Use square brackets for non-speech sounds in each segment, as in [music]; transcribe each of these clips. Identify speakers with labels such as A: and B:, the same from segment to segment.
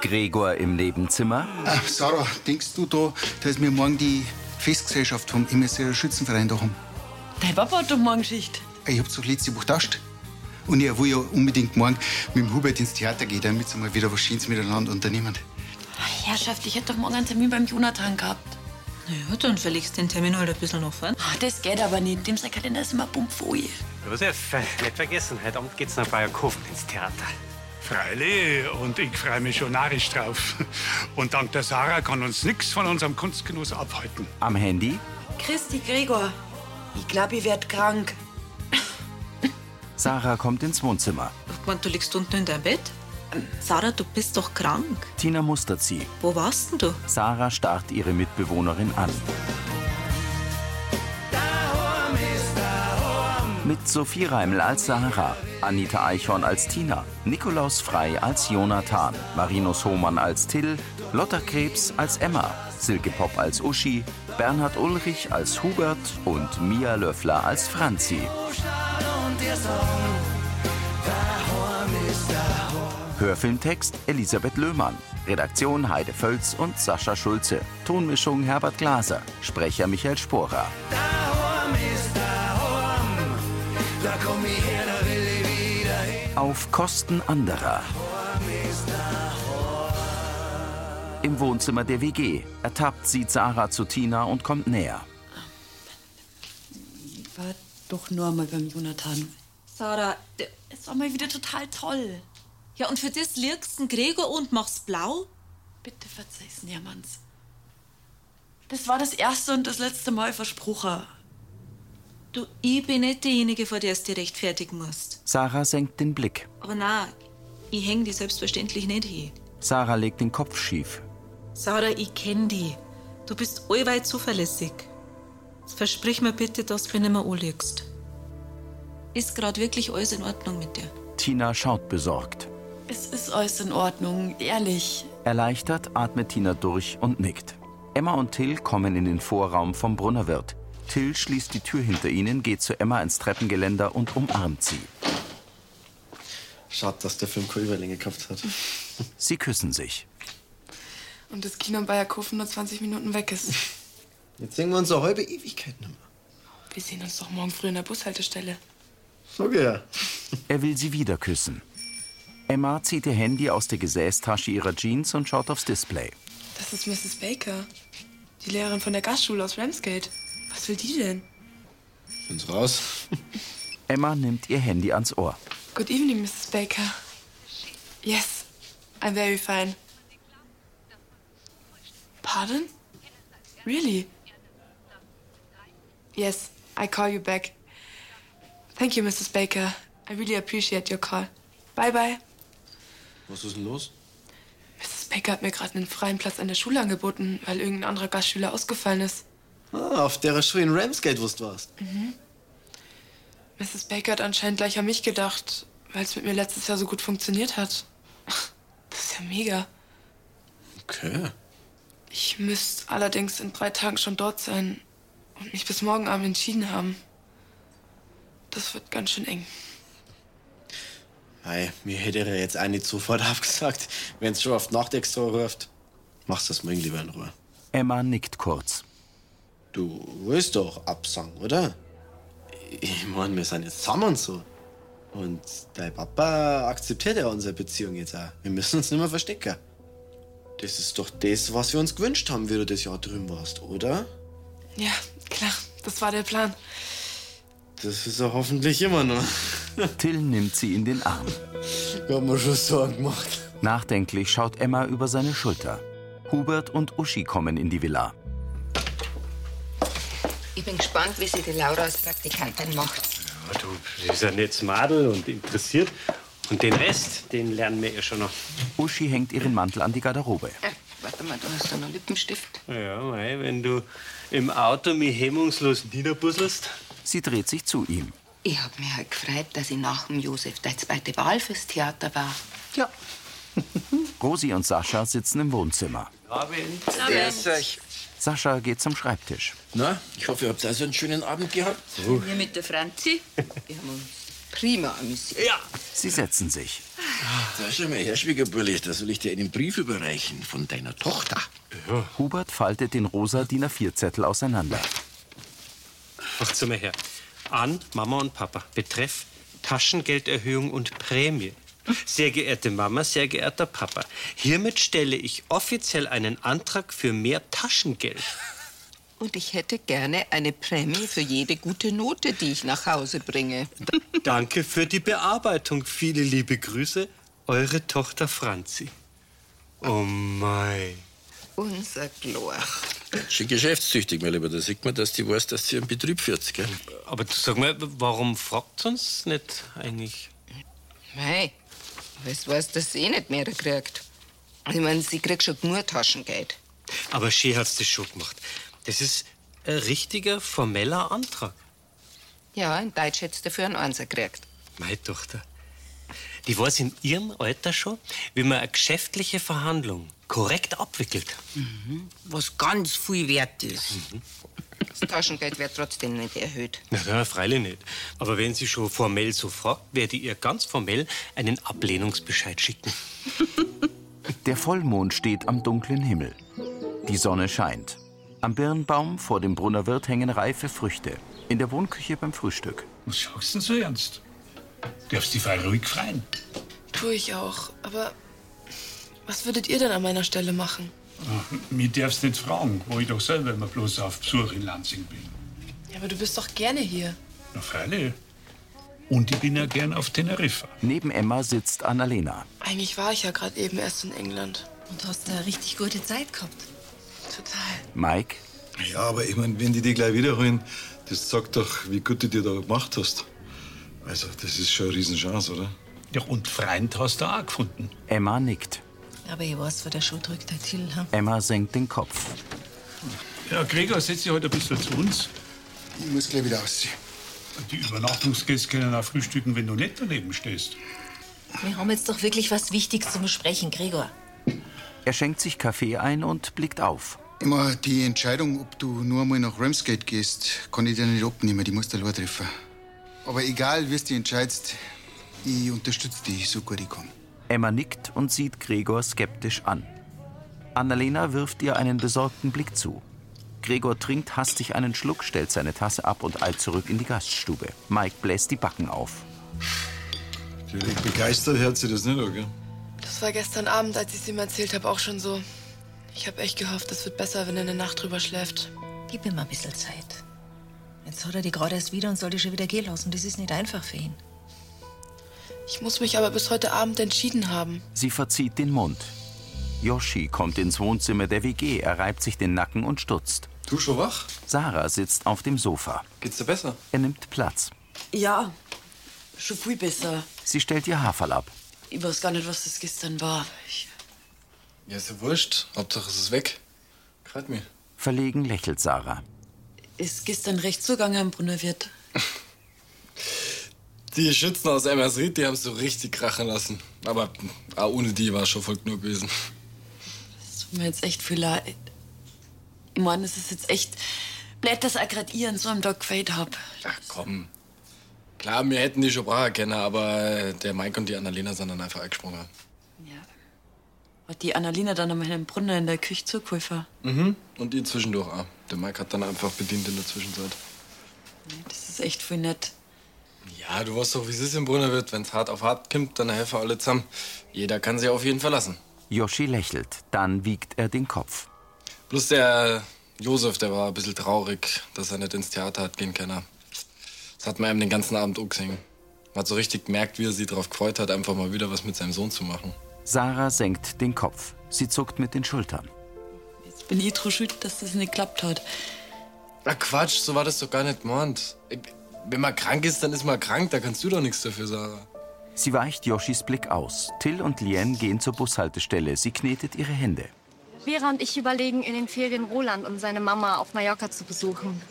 A: Gregor im Nebenzimmer.
B: Äh, Sarah, denkst du da, dass wir morgen die Festgesellschaft vom MSR Schützenverein da haben?
C: Dein Papa hat doch morgen Schicht.
B: Ich hab's doch letzte Woche getauscht. Und er will ja unbedingt morgen mit dem Hubert ins Theater gehen, damit sie mal wieder was Schönes miteinander unternehmen.
C: Herrschaft, ich hätte doch morgen einen Termin beim Jonathan gehabt.
D: Naja, dann verlegst den Termin halt ein bisschen noch fahren.
C: Ah, Das geht aber nicht. Dem sein Kalender ist immer pumpfolie.
E: Was F, nicht vergessen, heute Abend geht's nach Bayerkofen ins Theater.
F: Freilich, und ich freue mich schon narrisch drauf. Und dank der Sarah kann uns nichts von unserem Kunstgenuss abhalten.
A: Am Handy
C: Christi Gregor, ich glaube, ich werd krank.
A: Sarah kommt ins Wohnzimmer.
D: Ich mein, du liegst unten in deinem Bett. Sarah, du bist doch krank.
A: Tina mustert sie.
D: Wo warst denn du?
A: Sarah starrt ihre Mitbewohnerin an. Mit Sophie Reiml als Sarah, Anita Eichhorn als Tina, Nikolaus Frei als Jonathan, Marinus Hohmann als Till, Lotta Krebs als Emma, Silke Pop als Uschi, Bernhard Ulrich als Hubert und Mia Löffler als Franzi. Hörfilmtext Elisabeth Löhmann. Redaktion Heide Völz und Sascha Schulze. Tonmischung Herbert Glaser. Sprecher Michael Sporer. Auf Kosten anderer. Im Wohnzimmer der WG ertappt sie Sarah zu Tina und kommt näher.
C: Ich war doch nur einmal beim Jonathan.
D: Sarah, d-
C: Es war mal wieder total toll.
D: ja, und für das liegst du Gregor und machst blau?
C: Bitte verzeih's, Niermanns. Das war das erste und das letzte Mal versprochen.
D: Du, ich bin nicht diejenige, vor der es dir rechtfertigen musst.
A: Sarah senkt den Blick.
D: Aber na, ich häng die selbstverständlich nicht hin.
A: Sarah legt den Kopf schief.
D: Sarah, ich kenn die. Du bist allweit zuverlässig. Jetzt Versprich mir bitte, dass du mich nicht mehr anlegst. Ist grad wirklich alles in Ordnung mit dir?
A: Tina schaut besorgt.
C: Es ist alles in Ordnung, ehrlich.
A: Erleichtert atmet Tina durch und nickt. Emma und Till kommen in den Vorraum vom Brunnerwirt. Till schließt die Tür hinter ihnen, geht zu Emma ins Treppengeländer und umarmt sie.
G: Schade, dass der Film keine Überlänge gehabt hat.
A: Sie küssen sich.
H: Und das Kino in Bayerkofen nur 20 Minuten weg ist.
G: Jetzt singen wir uns eine halbe Ewigkeit nicht mehr.
H: Wir sehen uns doch morgen früh in der Bushaltestelle.
G: So ja.
A: Er will sie wieder küssen. Emma zieht ihr Handy aus der Gesäßtasche ihrer Jeans und schaut aufs Display.
H: Das ist Mrs. Baker. Die Lehrerin von der Gastschule aus Ramsgate. Was will die denn?
G: Bin's raus.
A: Emma nimmt ihr Handy ans Ohr.
H: Good evening, Mrs. Baker. Yes, I'm very fine. Pardon? Really? Yes, I call you back. Thank you, Mrs. Baker. I really appreciate your call. Bye bye.
G: Was ist denn los?
H: Mrs. Baker hat mir gerade einen freien Platz an der Schule angeboten, weil irgendein anderer Gastschüler ausgefallen ist.
G: Ah, auf der Schule in Ramsgate, wo du warst.
H: Mhm. Mrs. Baker hat anscheinend gleich an mich gedacht, weil es mit mir letztes Jahr so gut funktioniert hat. Das ist ja mega.
G: Okay.
H: Ich müsste allerdings in drei Tagen schon dort sein und mich bis morgen Abend entschieden haben. Das wird ganz schön eng.
G: Mei, mir hätte er jetzt auch nicht sofort [laughs] abgesagt, wenn's schon auf die Nacht extra ruft. Mach's das morgen lieber in Ruhe. [laughs]
A: Emma nickt kurz.
G: Du willst doch absagen, oder? Ich mein, wir sind jetzt zusammen und so. Und dein Papa akzeptiert ja unsere Beziehung jetzt auch. Wir müssen uns nicht mehr verstecken. Das ist doch das, was wir uns gewünscht haben, wie du das Jahr drüben warst, oder?
H: Ja, klar, das war der Plan.
G: Das ist er hoffentlich immer noch. [laughs]
A: Till nimmt sie in den Arm.
G: Ich hab mir schon Sorgen gemacht.
A: Nachdenklich schaut Emma über seine Schulter. Hubert und Uschi kommen in die Villa.
I: Ich bin gespannt, wie sie die Laura als Praktikantin macht.
E: Ja, du, das ist ein nettes Madel und interessiert. Und den Rest, den lernen wir ja schon noch.
A: Uschi hängt ihren Mantel an die Garderobe.
I: Äh, warte mal, du hast da noch Lippenstift.
E: Ja, mei, wenn du im Auto mich hemmungslos niederbusselst.
A: Sie dreht sich zu ihm.
I: Ich hab mich halt gefreut, dass ich nach dem Josef deine zweite Wahl fürs Theater war. Ja.
A: Rosi und Sascha sitzen im Wohnzimmer.
E: Abend.
A: Sascha geht zum Schreibtisch.
J: Na, ich hoffe, ihr habt also einen schönen Abend gehabt.
I: Wir mit der Franzi. Wir haben uns prima amüsiert.
E: Ja,
A: Sie setzen sich.
K: Da schau mal her, Schwiegerbulli, da soll ich dir einen Brief überreichen von deiner Tochter.
A: Hubert faltet den rosa DIN A4-Zettel auseinander.
E: Macht's mal her. An Mama und Papa. Betreff Taschengelderhöhung und Prämie. Sehr geehrte Mama, sehr geehrter Papa, hiermit stelle ich offiziell einen Antrag für mehr Taschengeld.
L: [laughs] Und ich hätte gerne eine Prämie für jede gute Note, die ich nach Hause bringe.
E: Danke für die Bearbeitung. Viele liebe Grüße, eure Tochter Franzi. Oh mein.
L: Unser Glor.
K: Schön geschäftstüchtig, mein Lieber. Da sieht man, dass die weiß, dass sie einen Betrieb führt, gell?
E: Aber du sag mal, warum fragt uns nicht eigentlich?
L: Mei, aber es weiß, dass sie eh nicht mehr kriegt. Ich meine, sie kriegt schon nur Taschengeld.
E: Aber schön hat's das schon gemacht. Das ist ein richtiger formeller Antrag.
L: Ja, in Deutsch hättest du dafür einen Einser gekriegt.
E: Meine Tochter. Die weiß in ihrem Alter schon, wie man eine geschäftliche Verhandlung korrekt abwickelt.
I: Mhm.
E: Mhm.
L: Was ganz viel wert ist. Das Taschengeld wird trotzdem nicht erhöht.
E: Na, ja, freilich nicht. Aber wenn sie schon formell so fragt, werde ich ihr ganz formell einen Ablehnungsbescheid schicken.
A: Der Vollmond steht am dunklen Himmel. Die Sonne scheint. Am Birnbaum vor dem Brunner Wirt hängen reife Früchte. In der Wohnküche beim Frühstück.
F: Was schaust du denn so ernst? Darfst die Frau ruhig freien.
H: Tue ich auch. Aber was würdet ihr denn an meiner Stelle machen?
F: Mir darfst nicht fragen, wo ich doch selber immer bloß auf Besuch in Lansing bin.
H: Ja, aber du bist doch gerne hier.
F: Na, freilich. Und ich bin ja gern auf Teneriffa.
A: Neben Emma sitzt Annalena.
H: Eigentlich war ich ja gerade eben erst in England.
M: Und du hast da richtig gute Zeit gehabt.
H: Total.
A: Mike?
N: Ja, aber ich meine, wenn die die gleich wiederholen, das zeigt doch, wie gut du dir da gemacht hast. Also, das ist schon eine Riesenchance, oder?
F: Ja, und Freund hast du auch gefunden.
A: Emma nickt.
M: Aber ich weiß, wo der Schuh drückt, der Till. hm?
A: Emma senkt den Kopf.
F: Ja, Gregor, setz dich heute ein bisschen zu uns. Ich muss gleich wieder aussehen. Die Übernachtungsgäste können auch frühstücken, wenn du nicht daneben stehst.
O: Wir haben jetzt doch wirklich was Wichtiges zu besprechen, Gregor.
A: Er schenkt sich Kaffee ein und blickt auf.
B: Immer die Entscheidung, ob du nur einmal nach Ramsgate gehst, kann ich dir nicht abnehmen. Die musst du allein treffen. Aber egal, wie du dich entscheidest, ich unterstütze dich so gut ich kann.
A: Emma nickt und sieht Gregor skeptisch an. Annalena wirft ihr einen besorgten Blick zu. Gregor trinkt hastig einen Schluck, stellt seine Tasse ab und eilt zurück in die Gaststube. Mike bläst die Backen auf.
N: Direkt begeistert hört sie das nicht an, gell?
H: Das war gestern Abend, als ich es ihm erzählt habe, auch schon so. Ich habe echt gehofft, es wird besser, wenn er eine Nacht drüber schläft.
O: Gib ihm mal ein bisschen Zeit. Jetzt hat er die gerade erst wieder und soll die schon wieder gehen lassen. Das ist nicht einfach für ihn.
H: Ich muss mich aber bis heute Abend entschieden haben.
A: Sie verzieht den Mund. Yoshi kommt ins Wohnzimmer der WG, er reibt sich den Nacken und stutzt.
P: Du schon wach?
A: Sarah sitzt auf dem Sofa.
P: Geht's dir besser?
A: Er nimmt Platz.
C: Ja, schon viel besser.
A: Sie stellt ihr Haferl ab.
C: Ich weiß gar nicht, was das gestern war. Ich,
P: Ja, ist ja wurscht. Hauptsache, es ist weg. Grad mir.
A: Verlegen lächelt Sarah.
C: ist gestern recht zugange am Brunnerwirt.
P: Die Schützen aus Emmersried, die haben so richtig krachen lassen. Aber auch ohne die war schon voll genug gewesen.
C: Das tut mir jetzt echt viel leid. Ich meine, es ist jetzt echt blöd, dass ich gerade ihr an so einem Tag gefällt hab.
P: Ach komm. Klar, wir hätten die schon bracher kennen, aber äh, der Mike und die Annalena sind dann einfach angesprungen.
C: Hat die Annalena dann an meinem Brunner in der Küche zugeholfen.
P: Mhm. Und ihr zwischendurch auch. Der Mike hat dann einfach bedient in der Zwischenzeit.
C: Das ist echt viel nett.
P: Ja, du weißt doch, wie es ist im Brunner wird. Wenn's hart auf hart kommt, dann helfen alle zusammen. Jeder kann sich auf jeden verlassen.
A: Yoshi lächelt, dann wiegt er den Kopf.
P: Bloß der Josef, der war ein bisschen traurig, dass er nicht ins Theater hat gehen können. Das hat man ihm den ganzen Abend auch gesehen. Man hat so richtig gemerkt, wie er sie drauf gefreut hat, einfach mal wieder was mit seinem Sohn zu machen.
A: Sarah senkt den Kopf. Sie zuckt mit den Schultern.
C: Jetzt bin ich dran schuld, dass das nicht geklappt hat.
P: Na Quatsch, so war das doch gar nicht gemeint. Wenn man krank ist, dann ist man krank. Da kannst du doch nichts dafür, Sarah.
A: Sie weicht Yoshis Blick aus. Till und Lien gehen zur Bushaltestelle. Sie knetet ihre Hände.
Q: Vera und ich überlegen, in den Ferien Roland und seine Mama auf Mallorca zu besuchen.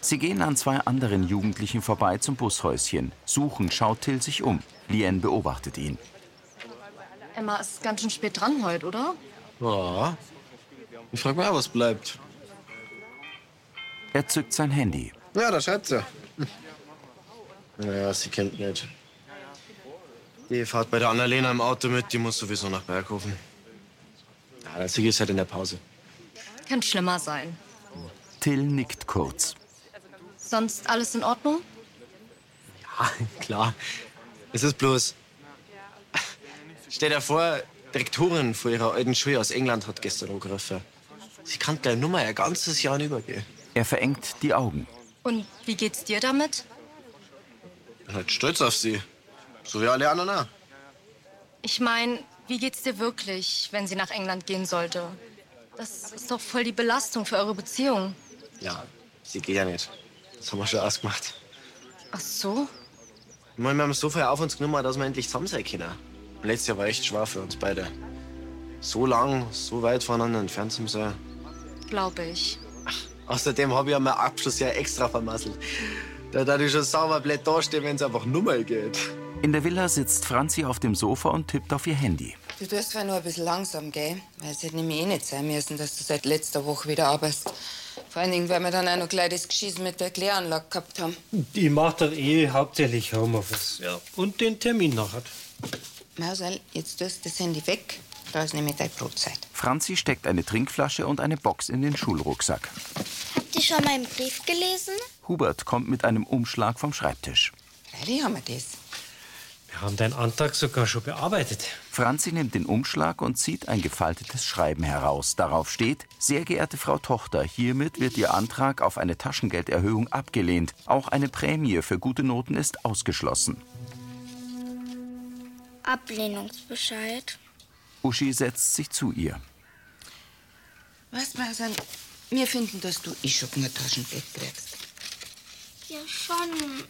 A: Sie gehen an zwei anderen Jugendlichen vorbei zum Bushäuschen. Suchen schaut Till sich um. Lien beobachtet ihn.
Q: Emma ist ganz schön spät dran heute, oder?
P: Ja. Ich frag mal, was bleibt.
A: Er zückt sein Handy.
P: Ja, da schreibt sie. Naja, sie kennt nicht.
G: Die fahrt bei der Annalena im Auto mit, die muss sowieso nach Berghofen. Ja, der Sigi ist halt in der Pause.
Q: Kann schlimmer sein.
A: Till nickt kurz.
Q: Sonst alles in Ordnung?
G: Ja, [laughs] klar. Es ist bloß. Stell dir vor, die Rektorin von ihrer alten Schule aus England hat gestern angerufen. Sie kann gleich Nummer ein ganzes Jahr übergehen.
A: Er verengt die Augen.
Q: Und wie geht's dir damit?
G: Bin halt stolz auf sie. So wie alle anderen auch.
Q: Ich meine, wie geht's dir wirklich, wenn sie nach England gehen sollte? Das ist doch voll die Belastung für eure Beziehung.
G: Ja, sie geht ja nicht. Das haben wir schon ausgemacht.
Q: Ach so?
G: Ich mein, wir haben so viel auf uns genommen, dass wir endlich zusammen sein können. Und Letztes Jahr war echt schwer für uns beide. So lang, so weit voneinander entfernt zu sein.
Q: Glaube ich.
G: Außerdem habe ich ja mein Abschlussjahr extra vermasselt. Da darf ich schon sauber blöd dastehen, wenn es einfach Nummer geht.
A: In der Villa sitzt Franzi auf dem Sofa und tippt auf ihr Handy.
L: Du tust zwar nur ein bisschen langsam, gell? Weil es hätte nämlich eh nicht sein müssen, dass du seit letzter Woche wieder arbeitest. Vor allen Dingen, weil wir dann auch noch gleich das Geschiss mit der Kläranlage gehabt haben.
E: Ich mache doch eh hauptsächlich Homeoffice. Ja. Und den Termin noch hat.
L: Mausel, jetzt tust du das Handy weg. Da ist nämlich deine Brotzeit.
A: Franzi steckt eine Trinkflasche und eine Box in den Schulrucksack.
R: Habt ihr schon meinen Brief gelesen?
A: Hubert kommt mit einem Umschlag vom Schreibtisch.
L: Freilich haben wir das.
E: Wir haben deinen Antrag sogar schon bearbeitet.
A: Franzi nimmt den Umschlag und zieht ein gefaltetes Schreiben heraus. Darauf steht, sehr geehrte Frau Tochter, hiermit wird Ihr Antrag auf eine Taschengelderhöhung abgelehnt. Auch eine Prämie für gute Noten ist ausgeschlossen.
R: Ablehnungsbescheid.
A: Uschi setzt sich zu ihr.
L: Weißt du, Mausel, wir finden, dass du eh schon genug Taschengeld kriegst.
R: Ja, schon.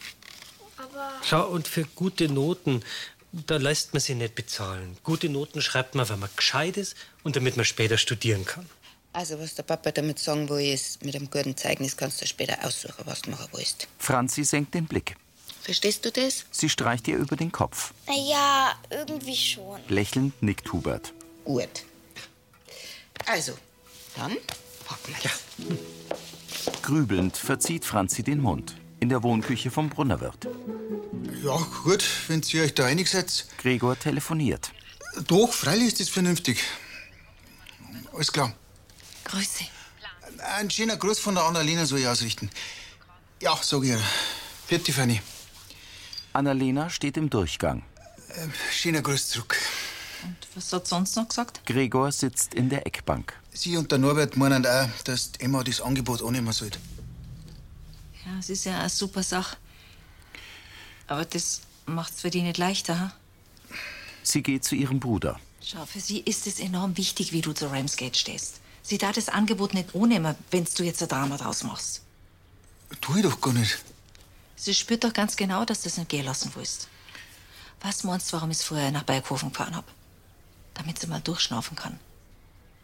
R: Aber
E: Schau, und für gute Noten, da lässt man sie nicht bezahlen. Gute Noten schreibt man, weil man gescheit ist und damit man später studieren kann.
L: Also, was der Papa damit sagen will, ist, mit einem guten Zeugnis kannst du später aussuchen, was du machen willst.
A: Franzi senkt den Blick.
L: Verstehst du das?
A: Sie streicht ihr über den Kopf.
R: naja, irgendwie schon.
A: Lächelnd nickt Hubert.
L: Gut. Also, dann packen wir das.
A: Grübelnd verzieht Franzi den Mund. In der Wohnküche vom Brunnerwirt.
B: Ja, gut, wenn ihr euch da einig seid.
A: Gregor telefoniert.
B: Doch, freilich ist das vernünftig. Alles klar.
C: Grüße.
B: Ein schöner Gruß von der Annalena soll ich ausrichten. Ja, sag ich ihr. Vierte Fanny.
A: Annalena steht im Durchgang.
B: Ähm, schöner Gruß zurück.
O: Was hat sonst noch gesagt?
A: Gregor sitzt in der Eckbank.
B: Sie und der Norbert meinen auch, dass die Emma das Angebot annehmen sollte.
O: Ja, es ist ja eine super Sache. Aber das macht's für die nicht leichter, ha?
A: Sie geht zu ihrem Bruder.
O: Schau, für sie ist es enorm wichtig, wie du zu Ramsgate stehst. Sie darf das Angebot nicht annehmen, wenn du jetzt ein Drama draus machst.
B: Tu ich doch gar nicht.
O: Sie spürt doch ganz genau, dass du es nicht gehen lassen willst. Was meinst du, warum ich vorher nach Berghofen gefahren hab? Damit sie mal durchschnaufen kann.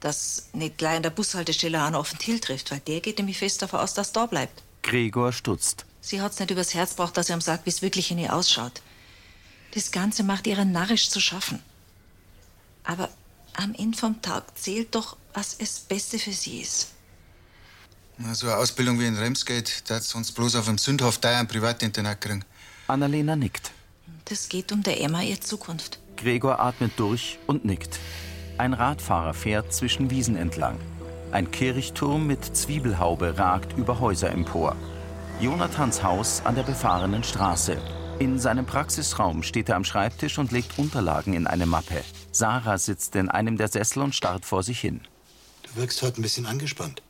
O: Dass nicht gleich an der Bushaltestelle an auf den Till trifft, weil der geht nämlich fest davon aus, dass da bleibt.
A: Gregor stutzt.
O: Sie hat's nicht übers Herz gebracht, dass sie ihm sagt, wie es wirklich in ihr ausschaut. Das Ganze macht ihre narrisch zu schaffen. Aber am Ende vom Tag zählt doch, was es Beste für sie ist.
B: Na, So eine Ausbildung wie in Remsgate, da hat sonst bloß auf dem Sündhof da ein Privatinternat kriegen.
A: Annalena nickt.
O: Das geht um der Emma ihre Zukunft.
A: Gregor atmet durch und nickt. Ein Radfahrer fährt zwischen Wiesen entlang. Ein Kirchturm mit Zwiebelhaube ragt über Häuser empor. Jonathans Haus an der befahrenen Straße. In seinem Praxisraum steht er am Schreibtisch und legt Unterlagen in eine Mappe. Sarah sitzt in einem der Sessel und starrt vor sich hin.
S: Du wirkst heute ein bisschen angespannt.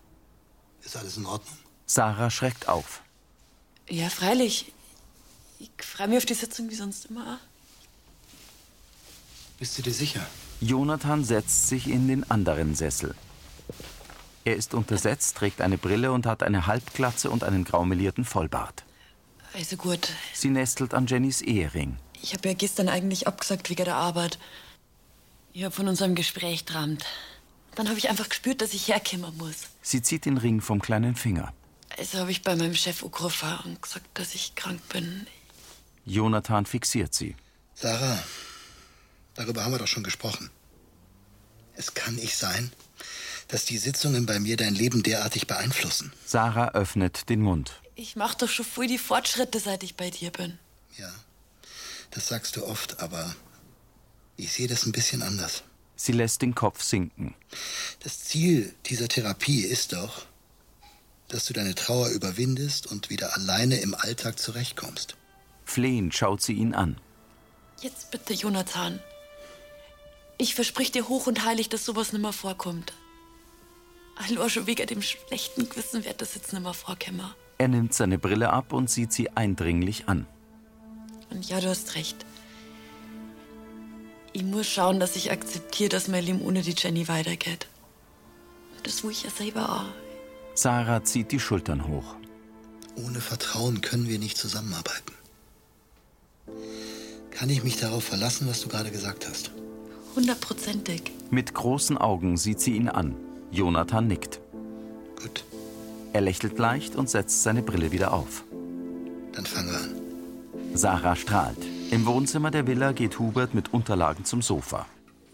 S: Ist alles in Ordnung?
A: Sarah schreckt auf.
C: Ja, freilich. Ich freue mich auf die Sitzung wie sonst immer. auch.
S: Bist du dir sicher?
A: Jonathan setzt sich in den anderen Sessel. Er ist untersetzt, trägt eine Brille und hat eine Halbglatze und einen graumelierten Vollbart.
C: Also gut,
A: Sie nestelt an Jennys Ehering.
C: ich habe ja gestern eigentlich abgesagt wegen der Arbeit. Ich habe von unserem Gespräch träumt. Dann habe ich einfach gespürt, dass ich herkommen muss.
A: Sie zieht den Ring vom kleinen Finger.
C: Also habe ich bei meinem Chef angerufen und gesagt, dass ich krank bin.
A: Jonathan fixiert sie.
S: Sarah, darüber haben wir doch schon gesprochen. Es kann nicht sein, dass die Sitzungen bei mir dein Leben derartig beeinflussen.
A: Sarah öffnet den Mund.
C: Ich mache doch schon voll die Fortschritte, seit ich bei dir bin.
S: Das sagst du oft, aber Ich sehe das ein bisschen anders.
A: Sie lässt den Kopf sinken.
S: Das Ziel dieser Therapie ist doch, dass du deine Trauer überwindest und wieder alleine im Alltag zurechtkommst.
A: Flehend schaut sie ihn an.
C: Jetzt bitte, Jonathan. Ich versprich dir hoch und heilig, dass sowas nimmer vorkommt. Allein schon wegen dem schlechten Gewissen wird das jetzt nimmer vorkommen.
A: Er nimmt seine Brille ab und sieht sie eindringlich an.
C: Und ja, du hast recht. Ich muss schauen, dass ich akzeptiere, dass mein Leben ohne die Jenny weitergeht. Das will ich ja selber auch.
A: Sarah zieht die Schultern hoch.
S: Ohne Vertrauen können wir nicht zusammenarbeiten. Kann ich mich darauf verlassen, was du gerade gesagt hast?
C: Hundertprozentig.
A: Mit großen Augen sieht sie ihn an. Jonathan nickt.
S: Gut.
A: Er lächelt leicht und setzt seine Brille wieder auf.
S: Dann fangen wir an.
A: Sarah strahlt. Im Wohnzimmer der Villa geht Hubert mit Unterlagen zum Sofa.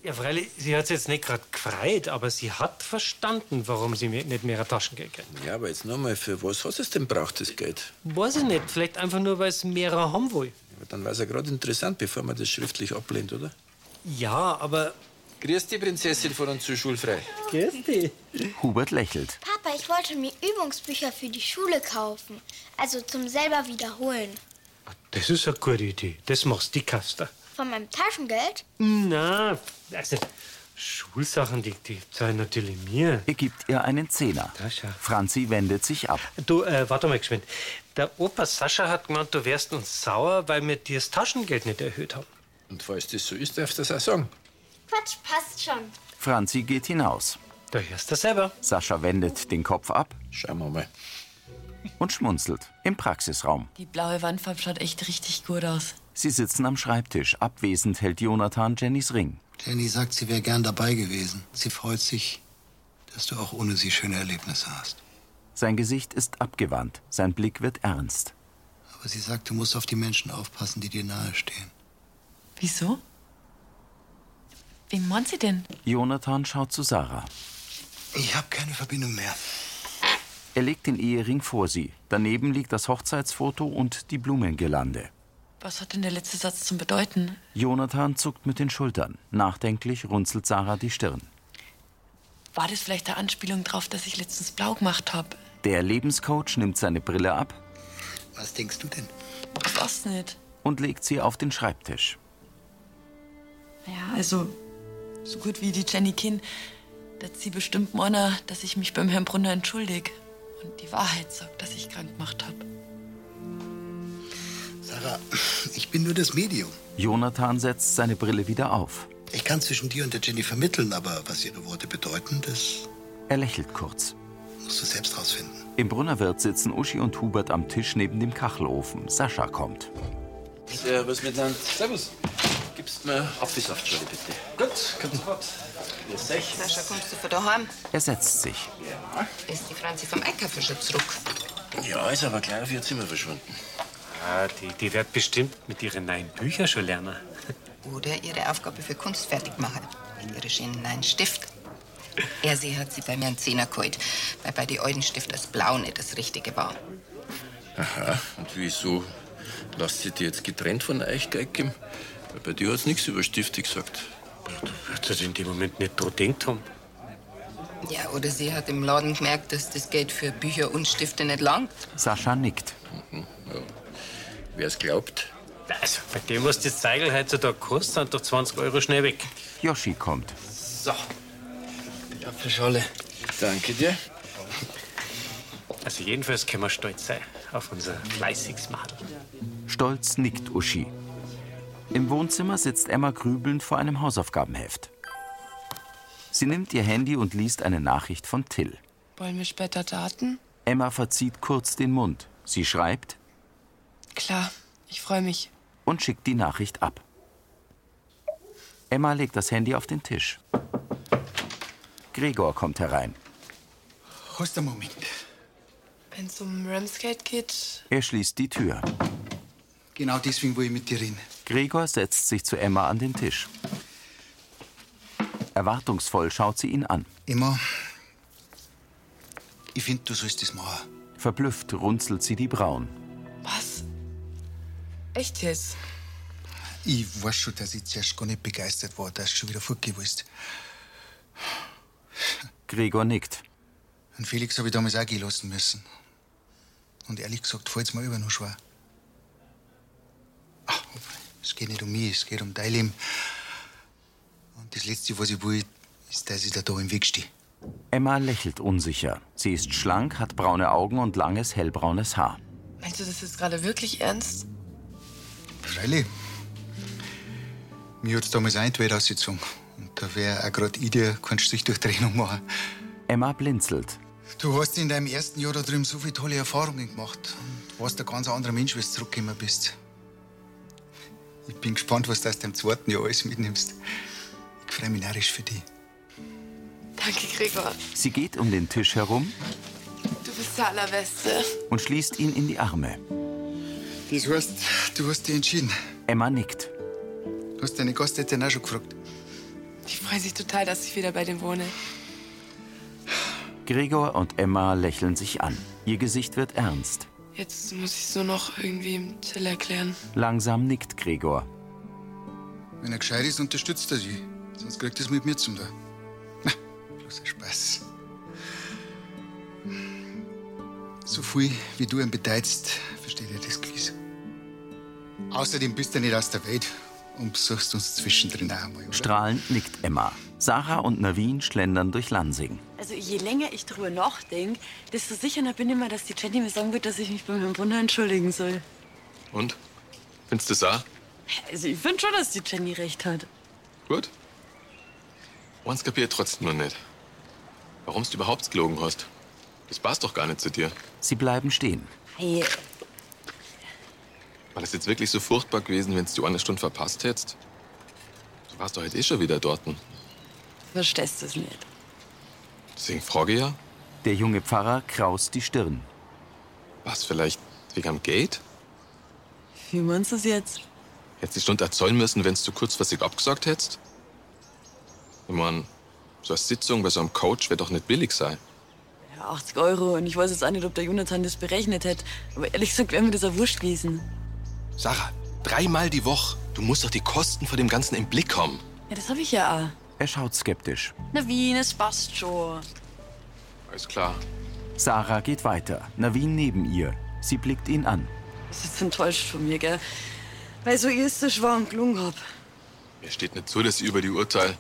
E: Ja, freilich, sie hat es jetzt nicht gerade gefreit, aber sie hat verstanden, warum sie mir nicht mehr Taschengeld kriegt.
J: Ja, aber jetzt nochmal, für was hast du es denn braucht, das Geld?
E: Weiß ich nicht, vielleicht einfach nur, weil es mehrere haben will.
J: Aber dann war es ja gerade interessant, bevor man das schriftlich ablehnt, oder?
E: Ja, aber...
J: Grüß die Prinzessin von uns zu schulfrei.
E: Grüß dich.
A: Hubert lächelt.
R: Papa, ich wollte mir Übungsbücher für die Schule kaufen. Also zum selber wiederholen.
E: Das ist eine gute Idee. Das machst die Kaster.
R: Von meinem Taschengeld?
E: Na, also Schulsachen, die, die zahlen natürlich mir.
A: Er gibt ihr einen Zehner. Franzi wendet sich ab.
E: Du, äh, warte mal geschwind. Der Opa Sascha hat gemeint, du wärst uns sauer, weil wir dir das Taschengeld nicht erhöht haben.
J: Und falls das so ist, darfst du das auch sagen.
R: Quatsch, passt schon.
A: Franzi geht hinaus.
E: Da hörst du selber.
A: Sascha wendet den Kopf ab.
J: Schauen wir mal.
A: Und schmunzelt. Im Praxisraum.
C: Die blaue Wandfarbe schaut echt richtig gut aus.
A: Sie sitzen am Schreibtisch. Abwesend hält Jonathan Jennys Ring.
S: Jenny sagt, sie wäre gern dabei gewesen. Sie freut sich, dass du auch ohne sie schöne Erlebnisse hast.
A: Sein Gesicht ist abgewandt. Sein Blick wird ernst.
S: Aber sie sagt, du musst auf die Menschen aufpassen, die dir nahestehen.
C: Wieso? Wen meint sie denn?
A: Jonathan schaut zu Sarah.
S: Ich habe keine Verbindung mehr.
A: Er legt den Ehering vor sie. Daneben liegt das Hochzeitsfoto und die Blumengelande.
C: Was hat denn der letzte Satz zum Bedeuten?
A: Jonathan zuckt mit den Schultern. Nachdenklich runzelt Sarah die Stirn.
C: War das vielleicht eine Anspielung drauf, dass ich letztens blau gemacht habe?
A: Der Lebenscoach nimmt seine Brille ab
S: Was denkst du denn?
C: Was nicht?
A: und legt sie auf den Schreibtisch.
C: Ja, also so gut wie die Jenny Kinn, da zieht bestimmt Mona, dass ich mich beim Herrn Brunner entschuldige und die Wahrheit sagt, dass ich krank gemacht habe.
S: Sarah, ich bin nur das Medium.
A: Jonathan setzt seine Brille wieder auf.
S: Ich kann zwischen dir und der Jenny vermitteln, aber was ihre Worte bedeuten, das
A: Er lächelt kurz.
S: musst du selbst rausfinden.
A: Im Brunnerwirt sitzen Uschi und Hubert am Tisch neben dem Kachelofen. Sascha kommt.
J: Servus miteinander. Servus. Gibst mir Apfelsaftschale, bitte. Gut, kommt sofort. Grüß euch.
L: Sascha, kommst du von daheim?
A: Er setzt sich.
L: Ist die Franzi vom Einkaufen schon zurück?
J: Ja, ist aber gleich auf ihr Zimmer verschwunden.
E: Ah, die, die wird bestimmt mit ihren neuen Büchern schon lernen.
L: Oder ihre Aufgabe für Kunst fertig machen. In ihre schönen neuen Stift. Er sie hat sie bei mir einen Zehner geholt, weil bei den alten Stift das Blau nicht das Richtige war.
J: Aha, und wieso lasst ihr die jetzt getrennt von euch Geld geben? Weil bei dir hat's nichts über Stifte gesagt.
E: Wird das in dem Moment nicht dran denkt haben?
L: Ja, oder sie hat im Laden gemerkt, dass das Geld für Bücher und Stifte nicht langt.
A: Sascha nickt.
J: Wer es glaubt.
E: Also, bei dem, was das Zeigel heutzutage kostet, sind doch 20 Euro schnell weg.
A: Yoshi kommt.
J: So. Die Apfelschale. Danke dir.
E: Also, jedenfalls können wir stolz sein auf unser fleißiges Madel.
A: Stolz nickt Uschi. Im Wohnzimmer sitzt Emma grübelnd vor einem Hausaufgabenheft. Sie nimmt ihr Handy und liest eine Nachricht von Till.
H: Wollen wir später daten?
A: Emma verzieht kurz den Mund. Sie schreibt
H: Klar, ich freue mich.
A: und schickt die Nachricht ab. Emma legt das Handy auf den Tisch. Gregor kommt herein.
B: Hast einen Moment.
H: Wenn es um Ramsgate geht,
A: Er schließt die Tür.
B: Genau deswegen will ich mit dir reden.
A: Gregor setzt sich zu Emma an den Tisch. Erwartungsvoll schaut sie ihn an.
B: Emma, ich finde, du sollst das machen.
A: Verblüfft runzelt sie die Brauen.
H: echt jetzt?
B: Ich weiß schon, dass ich zuerst gar nicht begeistert war, dass du schon wieder fortgewusst.
A: Gregor nickt.
B: Und Felix habe ich damals auch gehen lassen müssen. Und ehrlich gesagt fällt's mir über noch schwer. Ach, es geht nicht um mich, es geht um dein Leben. Und das Letzte, was ich will, ist, dass ich dir da im Weg stehe.
A: Emma lächelt unsicher. Sie ist schlank, hat braune Augen und langes hellbraunes Haar.
C: Meinst du das jetzt gerade wirklich ernst?
B: Freilich. Mir hat's damals auch in die Welt ausgezogen. Und da wäre auch gerade ich dir keinen Strich durch die Rechnung machen.
A: Emma blinzelt.
B: Du hast in deinem ersten Jahr da drüben so viele tolle Erfahrungen gemacht und warst ein ganz anderer Mensch, wenn du zurückgekommen bist. Ich bin gespannt, was du aus deinem zweiten Jahr alles mitnimmst. Ich freue mich narrisch für dich.
H: Danke, Gregor.
A: Sie geht um den Tisch herum
H: Du bist der Allerbeste.
A: und schließt ihn in die Arme.
B: Das heißt, du hast dich entschieden.
A: Emma nickt.
B: Du hast deine Gaststätte auch schon gefragt.
H: Die freuen sich total, dass ich wieder bei dem wohne.
A: Gregor und Emma lächeln sich an. Ihr Gesicht wird ernst.
H: Jetzt muss ich es nur noch irgendwie im Till erklären.
A: Langsam nickt Gregor.
B: Wenn er gescheit ist, unterstützt er sie. Sonst kriegt er es mit mir zum da. Na, bloßer Spaß. So viel, wie du ihn bedeutst, versteht er das gewiss. Außerdem bist du nicht aus der Welt und besuchst uns zwischendrin auch einmal.
A: Strahlend nickt Emma. Sarah und Navin schlendern durch Lansing.
C: Also je länger ich drüber nachdenke, desto sicherer bin ich mir, dass die Jenny mir sagen wird, dass ich mich beim Herrn Brunner entschuldigen soll.
J: Und? Findest du das auch?
C: Also ich finde schon, dass die Jenny recht hat.
J: Gut. Eins kapier ich trotzdem noch nicht. Warum du überhaupt gelogen hast. Das passt doch gar nicht zu dir.
A: Sie bleiben stehen.
C: Hey,
J: War das jetzt wirklich so furchtbar gewesen, wenn du eine Stunde verpasst hättest? Du warst doch heute eh schon wieder dort.
C: verstehst du es nicht?
J: Deswegen frage ich ja.
A: Der junge Pfarrer kraust die Stirn.
J: Was vielleicht wegen am Gate?
C: Wie meinst du es jetzt?
J: Hättest die Stunde erzählen müssen, wenn du kurzfristig abgesagt hättest? Ich mein, so eine Sitzung bei so einem Coach wird doch nicht billig sein.
C: Ja, 80 Euro und ich weiß jetzt auch nicht, ob der Jonathan das berechnet hat. Aber ehrlich gesagt wäre mir das auch wurscht gewesen.
J: Sarah, dreimal die Woche. Du musst doch die Kosten von dem Ganzen im Blick haben.
C: Ja, das habe ich ja auch.
A: Er schaut skeptisch.
C: Na Wien, es passt schon.
J: Alles klar.
A: Sarah geht weiter. Navin neben ihr. Sie blickt ihn an.
C: Ist jetzt enttäuscht von mir, gell? Weil so egoistisch war und gelungen hab.
J: Mir steht nicht zu, dass ich über die urteile.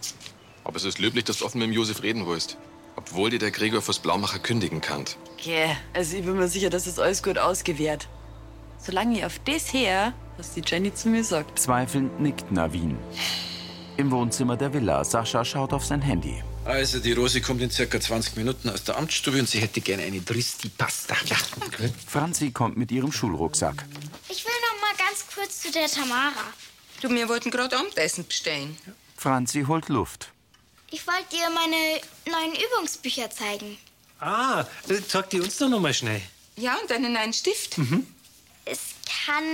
J: Aber es ist löblich, dass du offen mit dem Josef reden willst. Obwohl dir der Gregor fürs Blaumacher kündigen kann.
C: Gell, also ich bin mir sicher, dass das alles gut ausgewährt. Solange ich auf das her, was die Jenny zu mir sagt.
A: Zweifelnd nickt Navin. Im Wohnzimmer der Villa. Sascha schaut auf sein Handy.
K: Also, die Rose kommt in circa 20 Minuten aus der Amtsstube und sie hätte gerne eine Dristi-Pasta. Ja.
A: Franzi kommt mit ihrem Schulrucksack.
R: Ich will noch mal ganz kurz zu der Tamara.
I: Du, wir wollten gerade Abendessen bestellen.
A: Franzi holt Luft.
R: Ich wollte dir meine neuen Übungsbücher zeigen.
E: Ah, äh, zeig die uns doch noch mal schnell.
I: Ja, und einen neuen Stift.
R: Es kann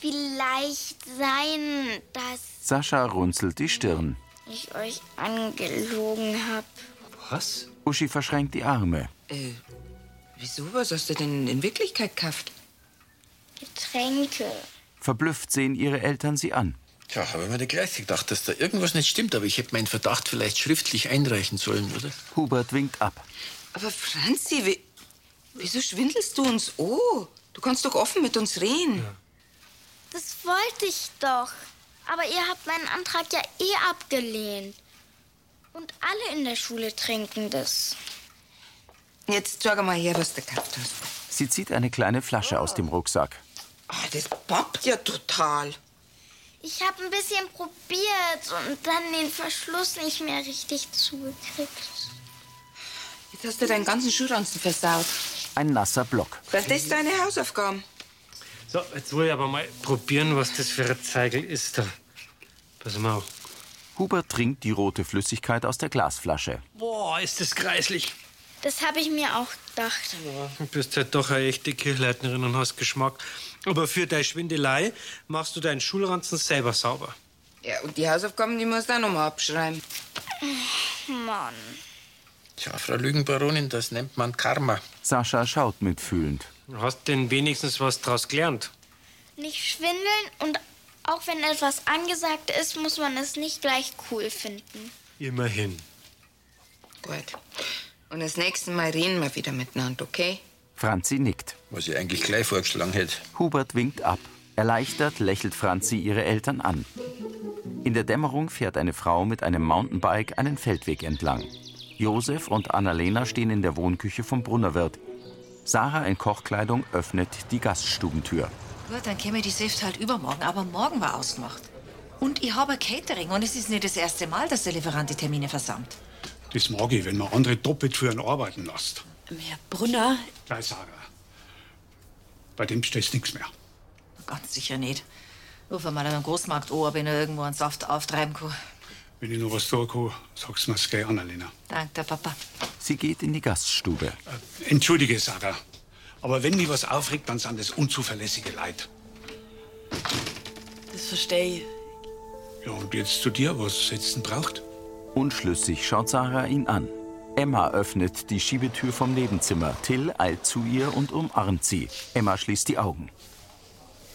R: vielleicht sein, dass
A: Sascha runzelt die Stirn.
R: ich euch angelogen habe.
A: Was? Uschi verschränkt die Arme.
I: Äh, wieso? Was hast du denn in Wirklichkeit gekauft?
R: Getränke.
A: Verblüfft sehen ihre Eltern sie an.
K: Tja, habe ich mir da gleich gedacht, dass da irgendwas nicht stimmt, aber ich hätte meinen Verdacht vielleicht schriftlich einreichen sollen, oder?
A: Hubert winkt ab.
I: Aber Franzi, wie, wieso schwindelst du uns Oh, Du kannst doch offen mit uns reden.
R: Das wollte ich doch. Aber ihr habt meinen Antrag ja eh abgelehnt. Und alle in der Schule trinken das.
I: Jetzt sag mal her, was du gekauft hast.
A: Sie zieht eine kleine Flasche aus dem Rucksack.
I: Ah, das pappt ja total.
R: Ich habe ein bisschen probiert und dann den Verschluss nicht mehr richtig zugekriegt.
I: Jetzt hast du deinen ganzen Schuhranzen versaut.
A: Ein nasser Block.
I: Was ist deine Hausaufgaben?
E: So, jetzt will ich aber mal probieren, was das für ein Zeigel ist da. Pass mal auf.
A: Hubert trinkt die rote Flüssigkeit aus der Glasflasche.
E: Boah, ist das kreislich.
R: Das habe ich mir auch gedacht.
E: Du bist halt doch eine echte Kirchleitnerin und hast Geschmack. Aber für deine Schwindelei machst du deinen Schulranzen selber sauber.
I: Ja, und die Hausaufgaben, die musst du auch noch mal abschreiben.
R: Mann.
K: Tja, Frau Lügenbaronin, das nennt man Karma.
A: Sascha schaut mitfühlend.
E: Du hast denn wenigstens was draus gelernt.
R: Nicht schwindeln und Auch wenn etwas angesagt ist, muss man es nicht gleich cool finden.
E: Immerhin.
I: Gut. Und das nächste Mal reden wir wieder miteinander, okay?
A: Franzi nickt.
J: Was ich eigentlich gleich vorgeschlagen hätte.
A: Hubert winkt ab. Erleichtert lächelt Franzi ihre Eltern an. In der Dämmerung fährt eine Frau mit einem Mountainbike einen Feldweg entlang. Josef und Annalena stehen in der Wohnküche vom Brunnerwirt. Sarah in Kochkleidung öffnet die Gaststubentür.
O: Gut, dann käme die Safe halt übermorgen, aber morgen war ausgemacht. Und ich habe ein Catering und es ist nicht das erste Mal, dass der Lieferant die Termine versammt.
F: Das mag ich, wenn man andere doppelt für einen arbeiten lässt.
C: Herr Brunner,
F: Nein, Sarah. Bei dem stellst du nichts mehr.
O: Ganz sicher nicht. Ruf mal einen Großmarkt an, ob ich noch irgendwo einen Saft auftreiben kann.
F: Wenn ich noch was tun kann, sag's mir's gleich an, Alena.
O: Dank der Papa.
A: Sie geht in die Gaststube.
F: Äh, Entschuldige, Sarah. Aber wenn mich was aufregt, dann sind das unzuverlässige Leid.
C: das verstehe ich.
F: Ja, und jetzt zu dir, was setzen braucht?
A: Unschlüssig schaut Sarah ihn an. Emma öffnet die Schiebetür vom Nebenzimmer. Till eilt zu ihr und umarmt sie. Emma schließt die Augen.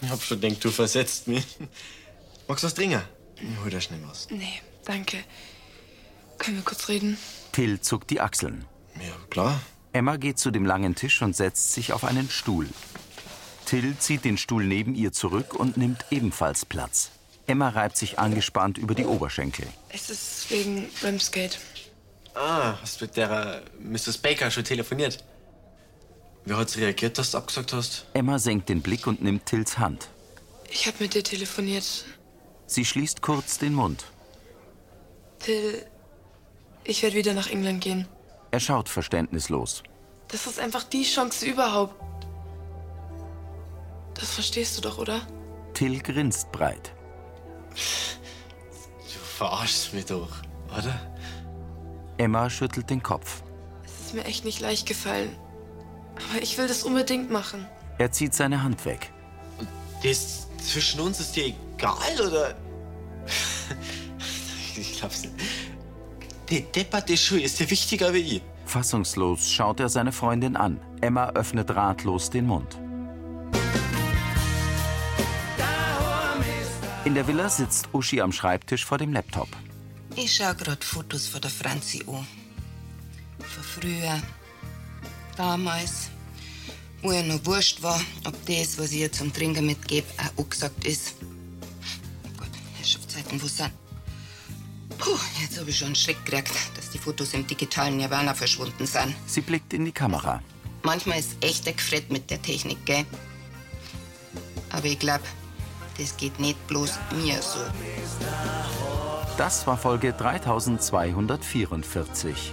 G: Ich hab schon gedacht, du versetzt mich. Magst du was trinken? Ich hol dir schnell was.
H: Nee, danke. Können wir kurz reden?
A: Till zuckt die Achseln.
G: Ja, klar.
A: Emma geht zu dem langen Tisch und setzt sich auf einen Stuhl. Till zieht den Stuhl neben ihr zurück und nimmt ebenfalls Platz. Emma reibt sich angespannt über die Oberschenkel.
H: Es ist wegen Ramsgate.
G: Ah, hast mit der äh, Mrs. Baker schon telefoniert? Wie hat's reagiert, dass du abgesagt hast?
A: Emma senkt den Blick und nimmt Tills Hand.
H: Ich habe mit dir telefoniert.
A: Sie schließt kurz den Mund.
H: Till, ich werde wieder nach England gehen.
A: Er schaut verständnislos.
H: Das ist einfach die Chance überhaupt. Das verstehst du doch, oder?
A: Till grinst breit.
G: Du verarschst mich doch, oder?
A: Emma schüttelt den Kopf.
H: Es ist mir echt nicht leicht gefallen. Aber ich will das unbedingt machen.
A: Er zieht seine Hand weg.
G: Das zwischen uns ist dir egal, oder? ich glaub's nicht. Die Depperte Schuhe ist dir wichtiger wie ich.
A: Fassungslos schaut er seine Freundin an. Emma öffnet ratlos den Mund. In der Villa sitzt Uschi am Schreibtisch vor dem Laptop.
L: Ich schaue gerade Fotos von der Franzi an. Von früher. Damals. Wo ihr noch wurscht war, ob das, was ich ihr zum Trinken mitgebe, auch angesagt ist. Gott, Herrschaftszeiten, wo sind? Puh, jetzt habe ich schon einen Schreck gekriegt, dass die Fotos im digitalen Nirvana verschwunden sind.
A: Sie blickt in die Kamera.
L: Manchmal ist echt der Gefred mit der Technik, gell? Aber ich glaube, das geht nicht bloß mir so.
A: Das war Folge 3244.